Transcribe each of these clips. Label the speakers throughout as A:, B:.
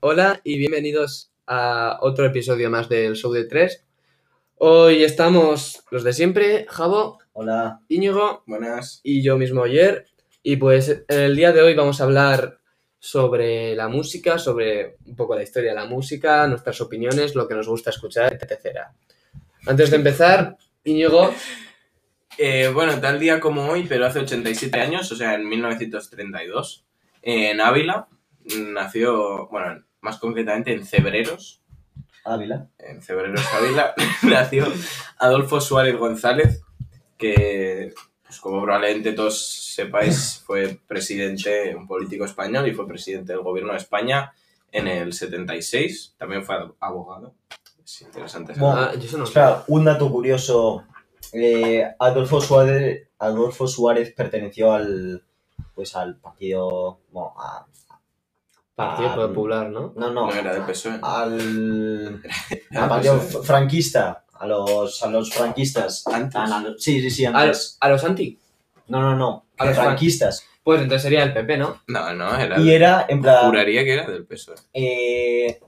A: Hola y bienvenidos a otro episodio más del Show de 3. Hoy estamos los de siempre, Javo,
B: Hola,
A: Íñigo
B: buenas.
A: y yo mismo ayer. Y pues el día de hoy vamos a hablar sobre la música, sobre un poco la historia de la música, nuestras opiniones, lo que nos gusta escuchar, etc. Antes de empezar, Íñigo,
C: Eh, bueno, tal día como hoy, pero hace 87 años, o sea, en 1932, en Ávila, nació, bueno, más concretamente en Cebreros,
B: Ávila.
C: en Cebreros Ávila, nació Adolfo Suárez González, que, pues como probablemente todos sepáis, fue presidente, un político español y fue presidente del gobierno de España en el 76, también fue abogado. Es interesante. saber.
B: Bueno.
A: ah, yo eso no lo sé.
B: Espera, un dato curioso. eh, Adolfo Suárez, Adolfo Suárez perteneció al pues al partido. Bueno, a-
A: Partido Popular, ¿no?
B: no, no.
C: No era del PSOE.
B: Al, al
C: Era del
B: partido
C: PSOE.
B: franquista. A los, a los franquistas.
C: Antes. Ah,
B: A la- sí, sí, sí,
A: A
B: antes.
A: los, a los anti.
B: No, no, no.
A: a
B: A
A: los
B: los
A: fran-
B: franquistas.
A: Pues entonces sería el PP, ¿no?
C: No, no, era
B: Y
C: del-
B: era en plan.
C: Juraría que era del PSOE.
B: eh,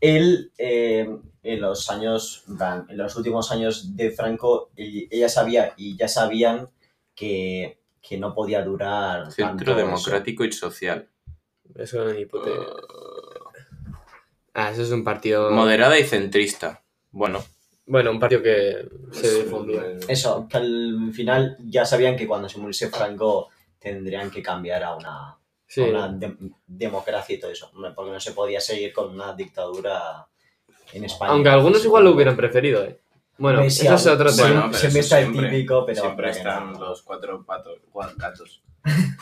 B: él eh, en los años, en plan, en los últimos años de Franco, él- ella sabía y ya sabían que, que no podía durar tanto
C: Centro
B: eso.
C: Democrático y Social.
A: Eso ni puta idea.
C: Uh,
A: Ah, eso es un partido.
C: moderada y centrista. Bueno.
A: Bueno, un partido que se
C: es-
A: difundió.
B: Eso, que al final ya sabían que cuando se muriese Franco tendrían que cambiar a una, a
A: Sí.
B: una de- democracia y todo eso, Hombre, porque no se podía seguir con una dictadura en España.
A: Aunque algunos igual lo hubieran preferido, ¿eh? Bueno,
B: Hombre, sí,
A: eso es otro
B: algún-
A: tema.
B: Bueno, siempre está el
C: siempre-
B: típico, pero-
C: Siempre
B: pero que
C: están
B: no.
C: los cuatro patos, cuatro gatos.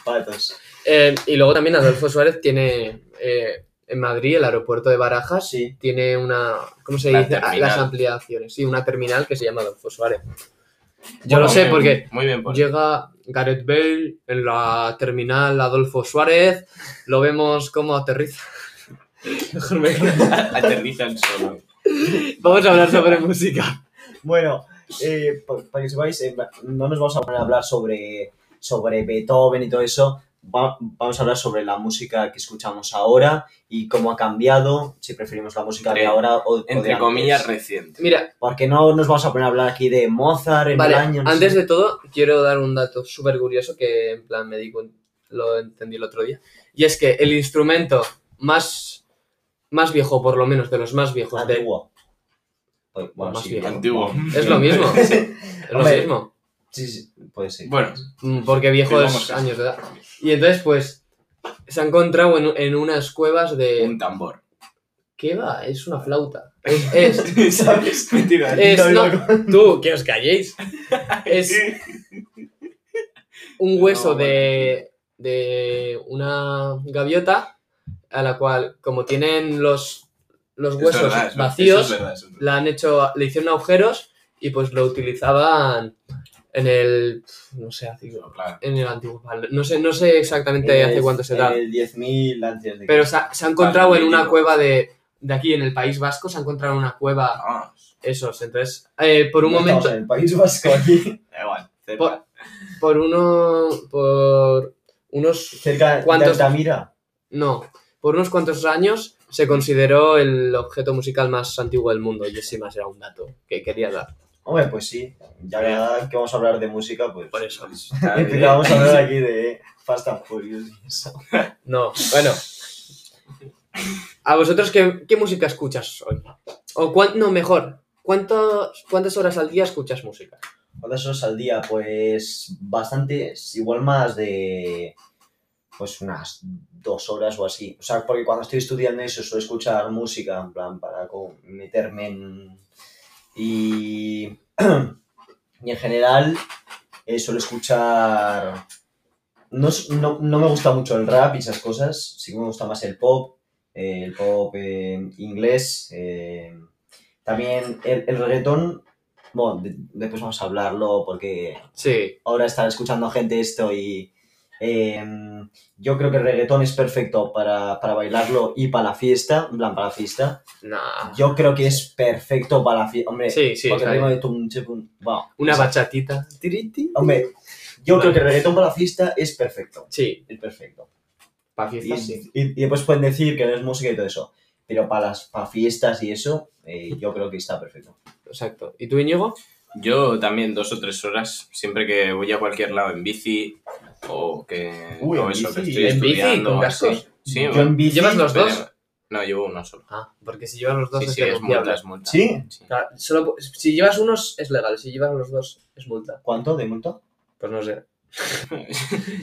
B: Patos.
A: Eh, y luego también Adolfo Suárez tiene eh, en Madrid el aeropuerto de Barajas.
B: Sí.
A: Tiene una. ¿Cómo se
C: La
A: dice? Ah,
C: terminal.
A: Las ampliaciones. Sí, una terminal que se llama Adolfo Suárez. Yo
C: Bueno,
A: lo
C: muy
A: sé
C: bien,
A: porque
C: Muy bien, por
A: llega Gareth Bale en la terminal Adolfo Suárez. Lo vemos cómo aterriza. Mejor me callo.
C: Aterrizan solo.
A: Vamos a hablar sobre música.
B: Bueno, eh, pa- para que sepáis, eh, no nos vamos a poner a hablar sobre, sobre Beethoven y todo eso. Va- vamos a hablar sobre la música que escuchamos ahora y cómo ha cambiado, si preferimos la música de
C: Entre-
B: ahora o, o de
C: Entre
B: antes.
C: comillas, reciente.
A: Mira,
B: Porque no nos vamos a poner a hablar aquí de Mozart en
A: Vale,
B: el año. no
A: antes
B: sé.
A: de todo, quiero dar un dato súper curioso que en plan me di cuen- lo entendí el otro día. Y es que el instrumento más, más viejo, por lo menos de los más viejos de...
B: Pues Antiguo. Oye, Bueno,
A: Pues Más
B: sí,
A: viejo.
C: Antiguo.
A: Es lo mismo. es lo
B: Hombre.
A: mismo.
B: Sí, sí, puede ser.
C: Bueno,
A: Mm, Porque viejo
C: Sí,
A: es
C: vamos,
A: años de edad. Y entonces, pues, se ha encontrado en, en unas cuevas de...
C: un tambor.
A: ¿Qué va? Es una flauta. Es... es-
B: ¿Sabes?
C: Mentira.
A: es- ¿eh?
B: David
A: no,
B: Bacon.
A: tú, que os calléis. Es un hueso
C: No, bueno.
A: de, de una gaviota a la cual, como tienen los, los
C: Eso es
A: huesos
C: verdad, eso-
A: vacíos,
C: eso es verdad, eso es verdad.
A: la han hecho, le hicieron agujeros y pues lo utilizaban en el, no sé, hace-
C: Claro.
A: en el antiguo, vale, no sé, no sé exactamente hace
B: En
A: cuánto se da,
B: en El 10.000 antes de
A: pero se ha, se ha encontrado en una
C: Paleolítico.
A: cueva de, de aquí, en el País Vasco, se ha encontrado en una cueva
C: Ah,
A: esos, entonces, eh, por un
B: No estamos
A: momento,
B: En el País Vasco aquí,
C: da igual. cerca.
A: Por- por uno, por unos
B: cerca de
A: ¿Cuántos-
B: Altamira.
A: No, por unos cuantos años se consideró el objeto musical más antiguo del mundo y ese más era un dato que quería dar.
B: Hombre, pues sí, ya
C: Bien.
B: verdad que vamos a hablar de música, pues.
A: Por eso.
C: Está bien.
B: Empezamos vamos a hablar aquí de Fast and Furious y eso.
A: No, bueno. ¿A vosotros qué, qué música escuchas hoy? O cuán- no, mejor, ¿cuántos, ¿cuántas horas al día escuchas música?
B: ¿Cuántas horas al día? Pues bastantes, igual más de. Pues unas dos horas o así. O sea, porque cuando estoy estudiando eso suelo escuchar música, en plan, para como meterme en. Y. y en general, eh, suelo escuchar. No, es- no, no me gusta mucho el rap y esas cosas, sí que me gusta más el pop, eh, el pop eh, inglés. eh, también el, el reggaetón, bueno, de- después vamos a hablarlo porque
A: Sí,
B: ahora está escuchando gente esto y eh, yo creo que el reggaetón es perfecto para, para bailarlo y para la fiesta, en plan para la fiesta.
A: nah.
B: Yo creo que es perfecto para la fiesta, hombre,
A: Ah. Sí, sí,
B: Eh, porque
A: está
B: el ritmo
A: bien.
B: de tum, che, pum, wow.
A: Una
B: O sea,
A: bachatita. Tiriti.
B: Hombre, yo creo que el reggaetón para la fiesta es perfecto,
A: Sí,
B: es perfecto.
A: Para
B: Y,
A: fiestas, sí.
B: y- y después pueden decir que no es música y todo eso. Pero para las para fiestas y eso, eh, yo creo que está perfecto.
A: Exacto. ¿Y tú, Íñigo?
C: Yo también dos o tres horas, siempre que voy a cualquier lado en bici o que...
B: Uy,
C: o
B: en
C: eso, que
B: bici,
C: estoy
A: en bici,
C: estudiando,
A: con
C: así.
A: cascos.
C: Sí,
B: Yo
C: bueno,
B: en bici-
A: ¿Llevas los dos?
C: pero- No, llevo uno solo.
A: Ah, porque si llevas los dos
C: Sí,
A: es
C: sí, es
A: denunciable.
C: multa, es multa.
B: ¿Sí?
A: Claro, solo po- si llevas unos es legal, si llevas los dos es multa.
B: ¿Cuánto de multa?
A: Pues no sé.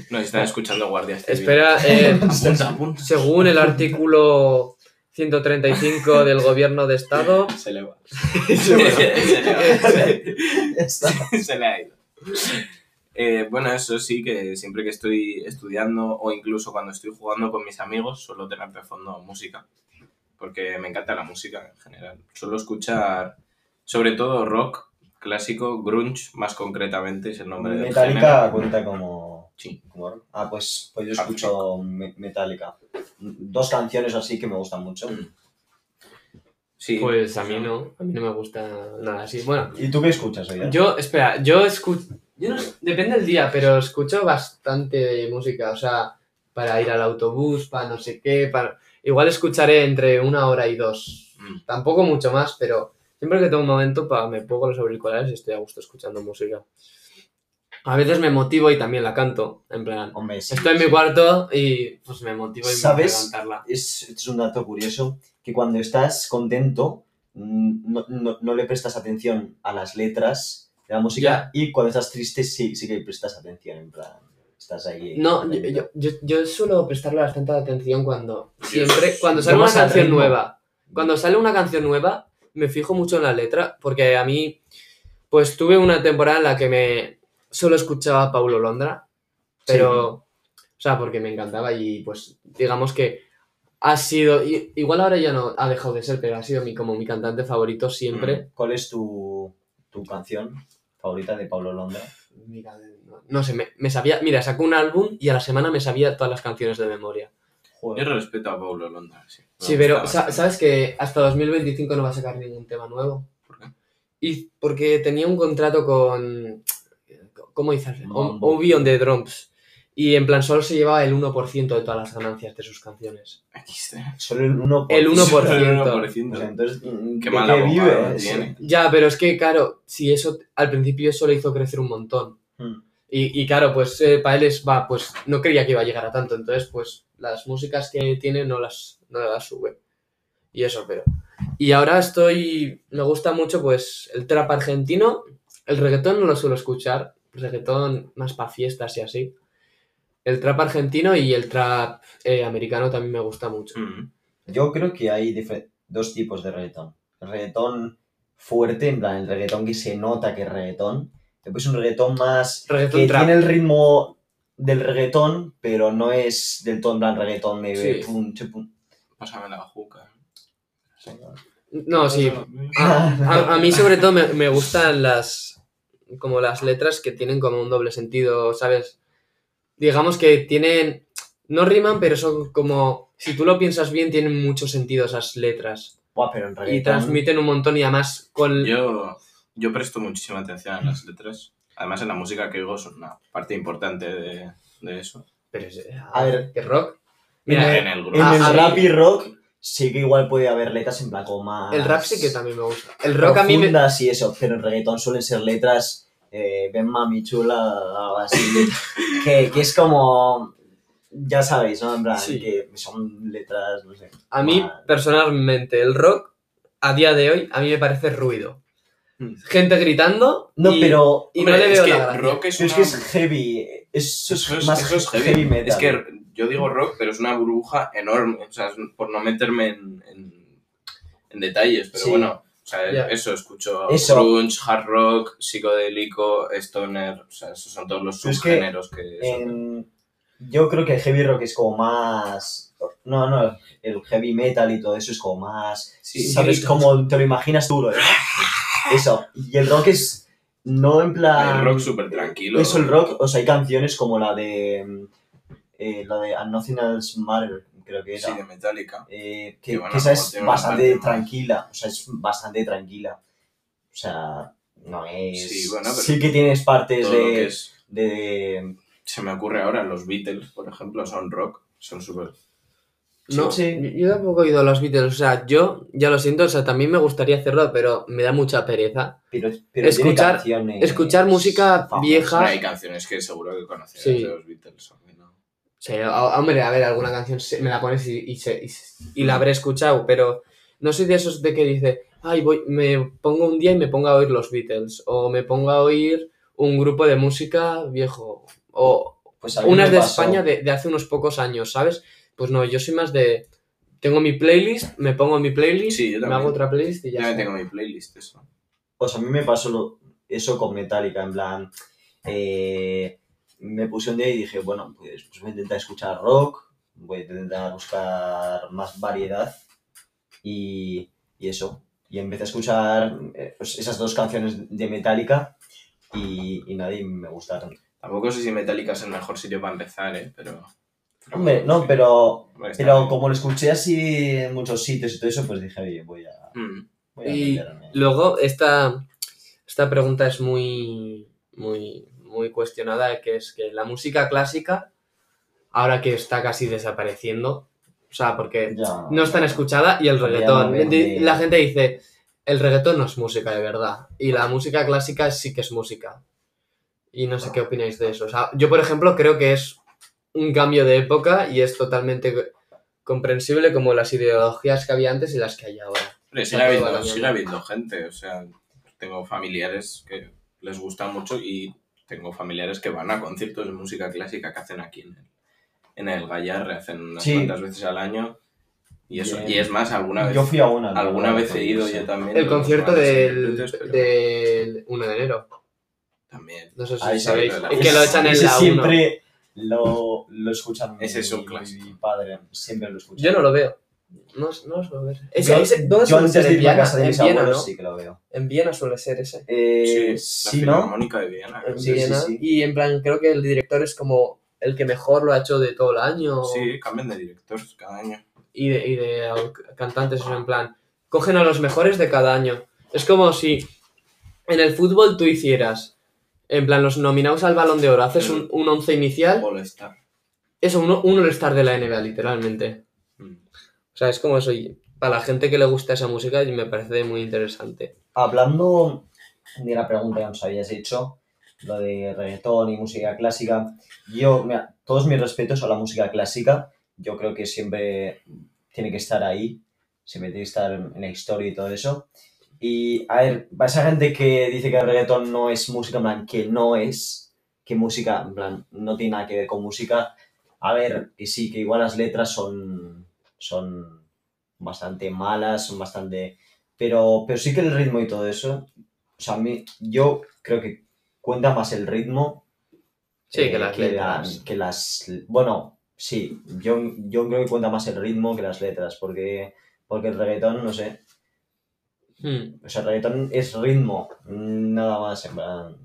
C: Nos están escuchando guardias civiles.
A: Espera, eh,
C: Punta, punta.
A: según el artículo 135 del gobierno de Estado,
C: Se le va. se, le va. Se- se le ha ido. Eh, bueno, eso sí, que siempre que estoy estudiando o incluso cuando estoy jugando con mis amigos suelo tener de fondo música, porque me encanta la música en general. Suelo escuchar sobre todo rock clásico, grunge más concretamente es el nombre del género.
B: Metallica cuenta como...
C: Sí.
B: como rock. Ah, pues, pues yo
C: Hard
B: escucho me- Metallica. Dos canciones así que me gustan mucho.
C: Mm. Sí,
A: pues a mí no, a mí no me gusta nada así. Bueno,
B: ¿Y tú qué escuchas, Oya?
A: yo, espera, yo escucho, yo no- depende del día, pero escucho bastante de música, o sea, para ir al autobús, para no sé qué, para... Igual escucharé entre una hora y dos,
C: Mm.
A: tampoco mucho más, pero siempre que tengo un momento pa, me pongo los auriculares y estoy a gusto escuchando música. A veces me motivo y también la canto, en plan,
B: Hombre, sí.
A: estoy en mi cuarto y pues me motivo y me voy a
B: ¿Sabes?
A: cantarla.
B: es, esto es un dato curioso, que cuando estás contento mm, no, no- no le prestas atención a las letras de la música y cuando estás triste sí, sí que le prestas atención, en plan, estás ahí.
A: No, yo,
B: contento.
A: yo, yo, yo suelo prestarle bastante atención cuando siempre, cuando
B: Yo
A: sale una
B: más al
A: canción
B: ritmo.
A: nueva. Cuando sale una canción nueva, me fijo mucho en la letra, porque a mí, pues tuve una temporada en la que me solo escuchaba a Paulo Londra, pero, o sea, porque me encantaba y pues digamos que ha sido, i- igual ahora ya no ha dejado de ser, pero ha sido mi, como mi cantante favorito siempre.
B: ¿Cuál es tu, tu canción favorita de Pablo Londra?
A: Mira, no- no sé, me, me sabía, mira, sacó un álbum y a la semana me sabía todas las canciones de memoria.
C: yo
B: Joder,
C: respeto a Paulo Londra. Sí, Me
A: Sí,
C: gusta
A: pero
C: Ah, bastante.
A: sa- ¿sabes que hasta 2025 no va a sacar ningún tema nuevo?
C: ¿Por qué?
A: Y porque tenía un contrato con... ¿Cómo dices?
B: Mambo.
A: Obi on the Drums. Y en plan solo se llevaba el 1% de todas las ganancias de sus canciones.
C: Aquí está.
B: Solo el 1%.
A: El 1%.
C: Solo ¿eh? el
B: O
C: 1%.
B: sea, entonces, mm,
C: Qué
B: ¿de
C: mala
B: qué
C: abogada
B: vives?
C: tiene.
A: Ya, pero es que claro, si eso al principio eso le hizo crecer un montón.
B: Mm.
A: Y, y claro, pues para él es, va, pues no creía que iba a llegar a tanto, entonces pues las músicas que tiene no las, no las sube. Y eso, pero. Y ahora estoy, me gusta mucho pues el trap argentino, el reggaetón no lo suelo escuchar, reggaetón más para fiestas y así. El trap argentino y el trap eh, americano también me gusta mucho.
C: Mm.
B: Yo creo que hay difer- dos tipos de reggaetón. El reggaetón fuerte, en plan, el reggaetón que se nota que es reggaetón. Después un reggaetón más
A: Reggaetón
B: que
A: trap.
B: tiene el ritmo del reggaetón, pero no es del todo en plan reggaetón de
A: Sí.
B: pum, chu, pum.
C: Pásame la juca.
A: No, sí. A, a mí sobre todo me, me gustan las como las letras que tienen como un doble sentido, ¿sabes? Digamos que tienen no riman, pero son como si tú lo piensas bien tienen mucho sentido esas letras
B: Buah, pero en
A: y
B: reggaetón...
A: transmiten un montón y además con
C: Yo, yo presto muchísima atención a las letras. Además, en la música que oigo es una parte importante de, de eso.
A: pero es- eh,
B: A ver.
A: ¿qué rock?
B: Mira,
A: Mira,
C: en el grupo. Ah,
B: En el
A: a- a
B: rap
A: mí-
B: y rock sí que igual puede haber letras en plan como más...
A: el rap sí que también me gusta. El rock a mí me-
B: profundas y eso, pero en reggaetón suelen ser letras eh, ven mami chula algo así, que, que es como, ya sabéis, ¿no? En plan,
A: Sí.
B: que son letras, no sé.
A: a mí
B: mal.
A: personalmente el rock a día de hoy a mí me parece ruido.
C: Mm.
A: Gente gritando
B: Hmm. No,
A: y-
B: pero
A: y
C: Hombre,
A: no le
C: es
A: veo la
C: que
A: gracia.
C: rock es
B: es
C: una-
B: que es heavy, eso es,
C: eso es-
B: más
C: eso es
B: heavy.
C: heavy.
B: metal.
C: Es que yo digo rock, pero es una burbuja enorme. O sea, es por no meterme en, en- en detalles, pero
B: Sí.
C: bueno. O sea,
A: Ya.
C: eso, escucho
B: Eso.
C: grunge, hard rock, psicodélico, stoner, o sea, esos son todos los
B: Pero es que
C: subgéneros que... son.
B: En- yo creo que el heavy rock es como más... No, no, el heavy metal y todo eso es como más...
C: Sí,
B: ¿Sabes
C: sí,
B: cómo te lo imaginas tú? bro? Eso. Y el rock es... No en plan...
C: El rock súper tranquilo.
B: Eso, el rock, o sea, hay canciones como la de. mm, eh, la de And Nothing Else Matter, creo que era.
C: Sí, de Metallica.
B: eh,
C: Que
B: que,
C: bueno,
B: que esa
C: como
B: es
C: tiene una
B: bastante
C: parte más-
B: tranquila. O sea, es bastante tranquila. O sea, no es.
C: Sí, bueno, pero-
B: sí que tienes partes
C: Todo lo que
B: de,
C: es
B: de-
C: se me ocurre ahora, los Beatles, por ejemplo, son rock. Son súper.
A: No,
B: Sí,
A: yo yo tampoco he ido a los Beatles, o sea, yo ya lo siento, o sea, también me gustaría hacerlo, pero me da mucha pereza.
B: Pero, pero tiene
A: Escuchar-
B: canciones
A: escuchar música
B: famosas.
A: vieja.
C: Pues Hay canciones que seguro que conoces
A: Sí.
C: de los Beatles. aunque no.
A: O sea, a- hombre, a ver, alguna canción se- me la pones y, y se- y se- y la habré escuchado, pero no soy de esos de que dice, ay, voy, me pongo un día y me pongo a oír los Beatles, o me pongo a oír un grupo de música viejo, o,
B: Pues a mí
A: unas
B: me
A: de
B: pasó.
A: España de, de hace unos pocos años, ¿sabes? Pues no, yo soy más de. Tengo mi playlist, me pongo mi playlist,
C: Sí, yo
A: me
C: también.
A: hago otra playlist y
C: Yo
A: ya.
C: también
A: está.
C: tengo mi playlist, eso.
B: Pues a mí me pasó lo- eso con Metallica, en plan. eh, me puse un día y dije, bueno, pues, pues voy a intentar escuchar rock, voy a intentar buscar más variedad y, y eso. Y empecé a escuchar eh, pues, esas dos canciones de Metallica y, y nadie me gustaron.
C: Tampoco sé si Metallica es el mejor sitio para empezar, ¿eh? Pero.
B: Hombre, no,
C: sí.
B: pero,
C: Hombre, está
B: pero
C: bien.
B: como lo escuché así en muchos sitios y todo eso, pues dije, oye, voy a.
C: Mm.
B: Voy a
A: Y
B: meterme".
A: Luego, esta, esta pregunta es muy, muy, muy cuestionada, que es que la música clásica, ahora que está casi desapareciendo, o sea, porque
B: Ya.
A: no es tan escuchada, y el
B: Ya
A: reggaetón.
B: no veo ni-
A: La gente dice, el reggaetón no es música de verdad, y la música clásica sí que es música. Y no sé qué opináis de eso. O sea, yo, por ejemplo, creo que es un cambio de época y es totalmente comprensible como las ideologías que había antes y las que hay ahora.
C: Hombre,
A: Está
C: sigue,
A: todo
C: habiendo,
A: variando.
C: sigue habiendo gente, o sea, tengo familiares que les gusta mucho y tengo familiares que van a conciertos de música clásica que hacen aquí en el, en el Gallarre, hacen unas
B: Sí.
C: cuantas veces al año y eso,
B: Bien.
C: y es más, alguna vez,
B: Yo fui a una. ¿no?
C: alguna vez he ido
B: Sí.
C: yo también.
A: El concierto
C: Unas veces
A: del,
C: en Cruces, pero
A: del 1 de enero.
C: También.
A: No sé si
B: Ahí
A: sabéis.
C: sale la-
A: Es que lo echan en
B: Ese
A: la 1.
B: siempre lo, lo escuchan mi,
C: Ese es un clásico.
B: mi padre, siempre lo escucha.
A: Yo no lo veo. No, no lo veo. Ese,
B: Yo-
A: ese- ¿Dónde
B: yo
A: suele
B: antes
A: ser?
B: de
A: En
B: ir a
A: Viena,
B: casa de
A: en
B: mis
A: Viena,
B: abuelos
A: ¿no?
B: sí que lo veo.
A: En Viena suele ser ese.
B: Eh,
C: sí,
B: sí,
C: la
B: ¿no?
C: Filarmónica de Viena. creo.
A: En
B: Sí, sí,
A: Viena.
B: sí.
A: Y en plan, creo que el director es como el que mejor lo ha hecho de todo el año.
C: Sí, cambian de director cada año.
A: Y de, y de au- cantantes, o sea, en plan, cogen a los mejores de cada año. Es como si en el fútbol tú hicieras, en plan, los nominados al balón de oro, haces un, un once inicial.
C: All Star.
A: Eso, uno, un all-star de la NBA, literalmente.
C: Mm.
A: O sea, es como eso. y Para la gente que le gusta esa música, y me parece muy interesante.
B: Hablando de la pregunta que nos habías hecho, lo de reggaetón y música clásica, yo, mira, todos mis respetos a la música clásica, yo creo que siempre tiene que estar ahí, siempre tiene que estar en la historia y todo eso. Y a ver, para esa gente que dice que el reggaetón no es música, en plan, que no es, que música, en plan, no tiene nada que ver con música, a ver, que sí, que igual las letras son, son bastante malas, son bastante pero, pero sí que el ritmo y todo eso, o sea, a mí, yo creo que cuenta más el ritmo
A: Sí,
B: eh,
A: que las letras.
B: que las- bueno, sí, yo, yo creo que cuenta más el ritmo que las letras, porque, porque el reggaetón, no sé,
A: Hmm.
B: o sea, el reggaetón es ritmo, nada más, en plan.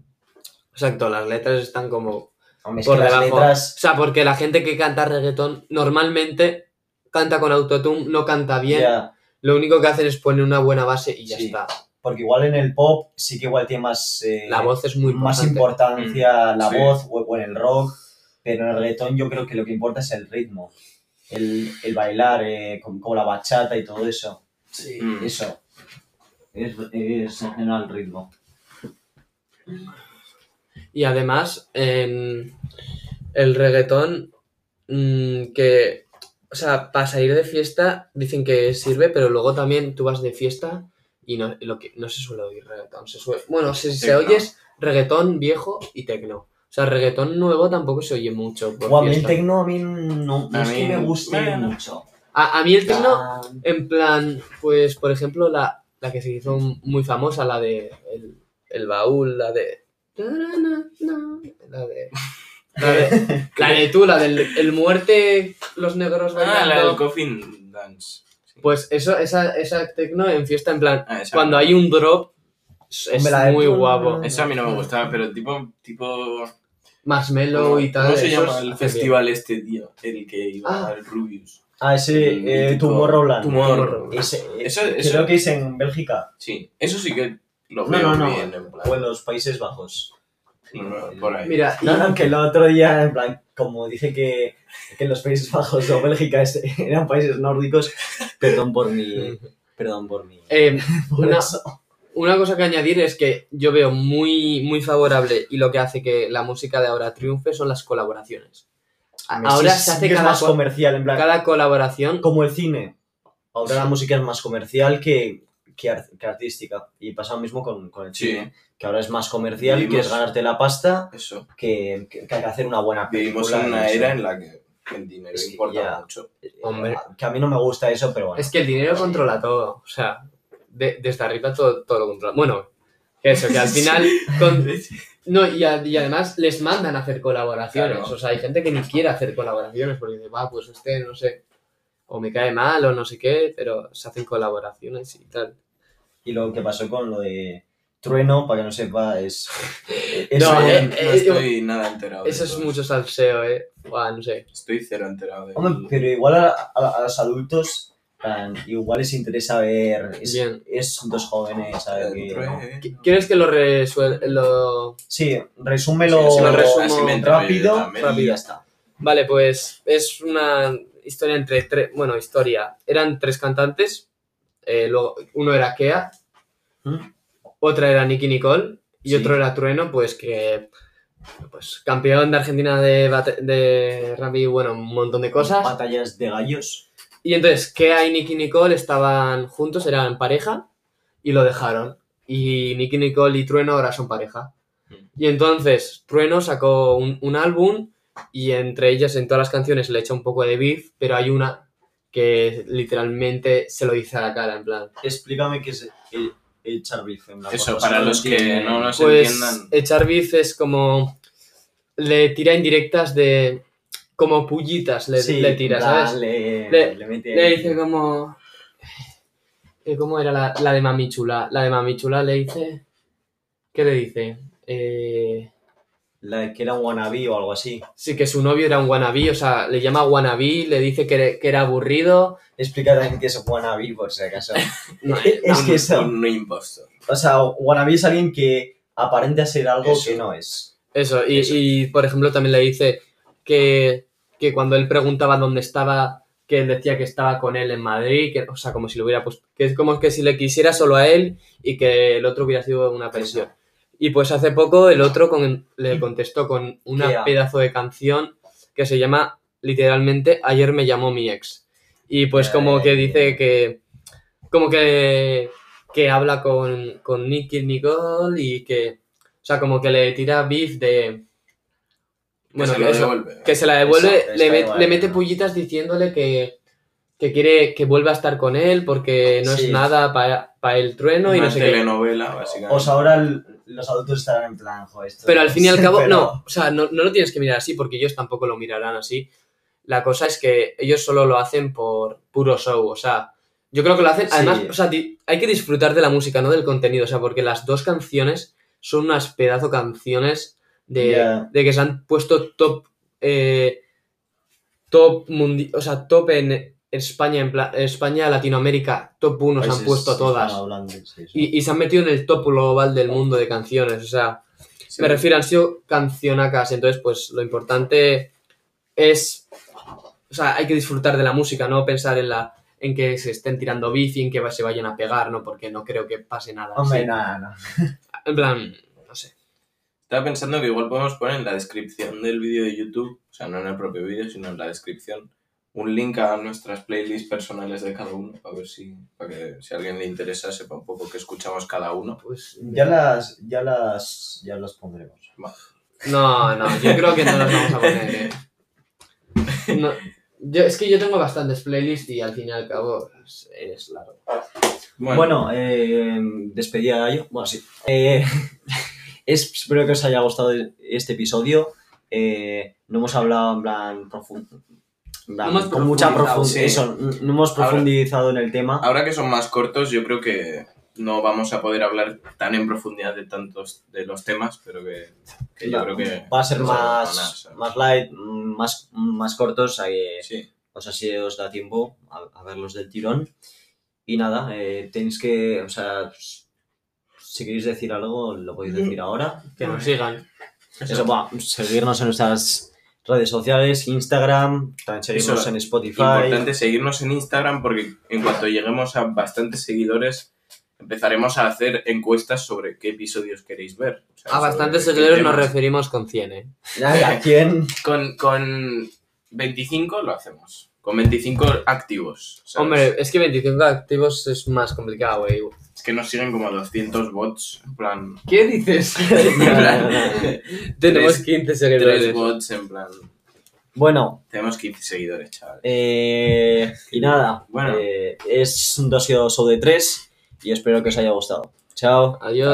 A: Exacto, las letras están como
B: Hombre, es
A: por
B: que las
A: debajo. O
B: letras,
A: sea, porque la gente que canta reggaetón normalmente canta con autotune, no canta bien.
B: ya,
A: Lo único que hacen es poner una buena base y ya
B: Sí.
A: está.
B: porque igual en el pop sí que igual tiene más... eh,
A: La voz es muy
B: más
A: importante.
B: importancia la
C: Mm, Sí.
B: voz o, o en el rock, pero en el reggaetón yo creo que lo que importa es el ritmo, el, el bailar, eh, como, como la bachata y todo eso. Sí.
C: Mm.
B: Eso. Es, es en general ritmo.
A: Y además, en el reggaetón, mm, que, o sea, para salir de fiesta dicen que sirve, pero luego también tú vas de fiesta y no, lo que, no se suele oír reggaetón. Se suele- bueno, si se
C: Tecno.
A: oyes reggaetón viejo y tecno. O sea, reggaetón nuevo tampoco se oye mucho. por
B: O a mí el
A: fiesta.
B: tecno a mí no, no
C: A
B: es que
C: mí-
B: me guste
C: bueno.
B: mucho.
A: a, a mí el tecno,
B: Ah,
A: en plan, pues, por ejemplo, la, la que se hizo muy famosa, la de El, el Baúl, la de... La de... La de La de tú, la del el muerte, los negros
C: Ah,
A: bailando.
C: la del Coffin Dance. Sí.
A: Pues eso, esa, esa tecno en fiesta, en plan,
C: Ah, esa.
A: cuando hay un drop, es
B: Hombre, la de
A: muy
B: tú,
A: guapo.
B: no.
C: Eso a mí no me gustaba, pero tipo. tipo
A: Más mellow
C: ¿Cómo,
A: y tal.
C: cómo se
A: eso
C: llama
A: es-
C: el
A: hace bien.
C: festival este, tío? El que iba
A: Ah.
C: al Rubius.
B: ah,
C: El
B: ese, eh,
C: mítico
B: Tomorrowland.
C: Tomorrowland.
B: Ese-
C: Eso-
B: eh,
C: eso-
B: Creo que es en Bélgica.
C: Sí, eso sí que lo
B: No,
C: veo
B: no, no.
C: bien, en plan.
B: O en los Países Bajos. Sí,
C: Bueno, por ahí.
A: Mira,
B: No, no, que el otro día, en plan, como dije que, que los Países Bajos o Bélgica es- eran países nórdicos, perdón por mi... Perdón por mi...
A: eh,
B: por
A: una-
B: eso.
A: Una cosa que añadir es que yo veo muy, muy favorable y lo que hace que la música de ahora triunfe son las colaboraciones. A-
B: Sí,
A: Ahora
B: sí,
A: se
B: que
A: hace
B: es
A: cada,
B: más
A: co-
B: comercial, en plan,
A: cada colaboración.
B: como el cine. Ahora
A: Sí.
B: la música es más comercial que, que, ar- que artística. Y pasa lo mismo con, con el
C: Sí,
B: cine. Que ahora es más comercial,
C: Vivimos-
B: quieres ganarte la pasta
C: eso.
B: que, que, que hacer una
A: Ah,
B: buena película.
C: Vivimos en
B: no
C: una
B: sé.
C: era en la que el dinero
B: Es que
C: importa
B: ya-
C: mucho.
A: Hombre.
B: Que a mí no me gusta eso, pero bueno.
A: Es que el dinero controla todo. O sea, de- desde arriba todo, todo lo controla. Bueno, eso, que al final. con- no, y, a- y además les mandan a hacer colaboraciones.
C: Claro.
A: O sea, hay gente que ni quiere hacer colaboraciones porque dice, va, pues este, no sé. O me cae mal o no sé qué, pero se hacen colaboraciones y tal.
B: Y lo que pasó con lo de Trueno, para que no sepa, es. es
A: No,
C: No,
B: un-
A: eh,
C: no
A: eh,
C: estoy nada enterado. de
A: Eso es
C: todo
A: mucho salseo, eh. Buah, no sé.
C: Estoy cero enterado. De
B: Hombre, pero igual a, a- a los adultos, plan, igual les interesa ver. Es,
A: Bien.
B: es dos jóvenes,
C: Eh,
B: a ver qué-
A: ¿Qui- ¿Quieres que lo resuel lo-
B: Sí, resúmelo
A: Sí, así lo resumo
B: rápido, y ya está.
A: Vale, pues es una historia entre tres, bueno, historia. Eran tres cantantes. eh, luego, uno era Kea,
B: ¿Mm?
A: otra era Nicky Nicole y
B: Sí.
A: otro era Trueno, pues que pues campeón de Argentina de, bate- de rugby, bueno, un montón de cosas.
B: Batallas de gallos.
A: Y entonces Kea y Nicky Nicole estaban juntos, eran pareja y lo dejaron. Y Nicky Nicole y Trueno ahora son pareja.
C: Mm.
A: Y entonces Trueno sacó un, un álbum y entre ellas, en todas las canciones, le echa un poco de beef, pero hay una que literalmente se lo dice a la cara, en plan.
B: Explícame qué es el, el charbif en la
C: Eso,
B: cosa,
C: para
B: no
C: los que
B: entienden.
C: no nos
A: Pues
C: entiendan.
A: echar beef es como. Le tira indirectas de. Como pullitas le,
B: Sí,
A: le tira,
B: en plan,
A: ¿sabes?
B: Le,
A: Le-
B: le mete-
A: Le dice como. eh, ¿Cómo era la, la de Mami Chula? La de Mami Chula le dice. ¿Qué le dice? Eh,
B: la que era un wannabe o algo así.
A: sí, que su novio era un wannabe, o sea, le llama wannabe, le dice que, era- que era aburrido.
B: Explica también qué es wannabe, por si acaso.
A: No,
B: es
C: un-
B: que
A: pues, eh,
B: eso.
C: Un impostor.
B: O sea, wannabe es alguien que aparenta ser algo
C: Eso.
B: que no es.
A: Eso, y,
C: Eso.
A: y, por ejemplo también le dice que, que cuando él preguntaba dónde estaba, que él decía que estaba con él en Madrid, que, o sea, como si lo hubiera puesto, que es como que si le quisiera solo a él y que el otro hubiera sido una pensión. Y pues hace poco el otro con- le contestó con una
B: Qué a-
A: pedazo de canción que se llama literalmente Ayer me llamó mi ex. Y pues como que
B: Ay.
A: dice que... Como que... Que habla con, con Nicky Nicole y que... O sea, como que le tira beef de... Bueno,
C: que se lo
A: eso,
C: devuelve.
A: que se la devuelve,
B: Exacto,
A: le,
B: está
A: met-
B: igual,
A: le mete
B: ¿no?
A: pullitas diciéndole que, que quiere que vuelva a estar con él porque no es
B: Sí.
A: nada para el trueno y
C: Una
A: no sé qué.
C: telenovela, básicamente.
B: O sea, ahora el- los adultos estarán en plan, joder, esto
A: Pero
B: no
A: al fin y
B: es,
A: al cabo,
B: pero-
A: no, o sea, no, no lo tienes que mirar así porque ellos tampoco lo mirarán así. La cosa es que ellos solo lo hacen por puro show, o sea, yo creo que lo hacen,
B: Sí.
A: además, o sea, di- hay que disfrutar de la música, no del contenido, o sea, porque las dos canciones son unas pedazo canciones de,
B: Ya.
A: de que se han puesto top, eh, top, mundi- o sea, top en España, en pla- España, Latinoamérica, top 1 se han
B: Países
A: puesto todas.
B: pues están hablando, sí, eso.
A: Y, y se han metido en el top global
B: Oh.
A: del mundo de canciones, o sea,
C: Sí.
A: me refiero, han sido cancionacas, entonces pues lo importante es, o sea, hay que disfrutar de la música, no pensar en la en que se estén tirando bici, en que va- se vayan a pegar, no, porque no creo que pase nada.
B: Hombre,
A: así.
B: nada, nada.
A: En plan, no sé.
C: Estaba pensando que igual podemos poner en la descripción del vídeo de YouTube, o sea, no en el propio vídeo, sino en la descripción, un link a nuestras playlists personales de cada uno, para ver si, para que si a alguien le interesa sepa un poco qué escuchamos cada uno.
A: Pues,
B: Ya las, ya las, ya las pondremos.
A: No, no, yo creo que no las vamos a poner. eh. No, yo- es que yo tengo bastantes playlists y al fin y al cabo es, es largo.
B: Bueno, eh, despedida de Gallo. Bueno, sí. Eh, es- espero que os haya gustado este episodio. Eh, no hemos hablado en plan profundo.
A: No hemos
B: con mucha
A: profundizado,
B: profundidad.
C: sí.
B: Eso, n- no hemos
C: Ahora-
B: profundizado en el tema.
C: Ahora que son más cortos, yo creo que no vamos a poder hablar tan en profundidad de tantos de los temas, pero que, que yo creo que...
B: va a ser
C: nos
B: más,
C: vamos a poner,
B: más light, mm, más, más cortos. a que-
C: Sí,
B: O sea, si os da tiempo a, a verlos del tirón. Y nada, eh, tenéis que. O sea, si queréis decir algo, lo podéis decir ahora.
A: Que nos sigan.
B: Eso, va, seguirnos en nuestras redes sociales, Instagram, también seguirnos
C: Eso,
B: en Spotify.
C: Importante seguirnos en Instagram porque en cuanto lleguemos a bastantes seguidores empezaremos a hacer encuestas sobre qué episodios queréis ver. O sea,
A: A
C: sobre
A: bastantes
C: qué
A: seguidores nos
C: temas.
A: referimos con 100, ¿eh?
B: ¿A quién?
C: Con, con 25 lo hacemos. Con 25 activos. ¿sabes?
A: Hombre, es que 25 activos es más complicado, eh. güey.
C: Es que nos siguen como 200 bots. En plan.
A: ¿Qué dices?
C: En plan
A: Tenemos
C: Tres-
A: 15
C: tres
A: seguidores.
C: bots, en plan.
B: Bueno,
C: Tenemos 15 seguidores, chaval.
B: eh, y nada,
C: Bueno.
B: eh, es un 2 show de 3 y espero que os haya gustado. Chao.
A: Adiós.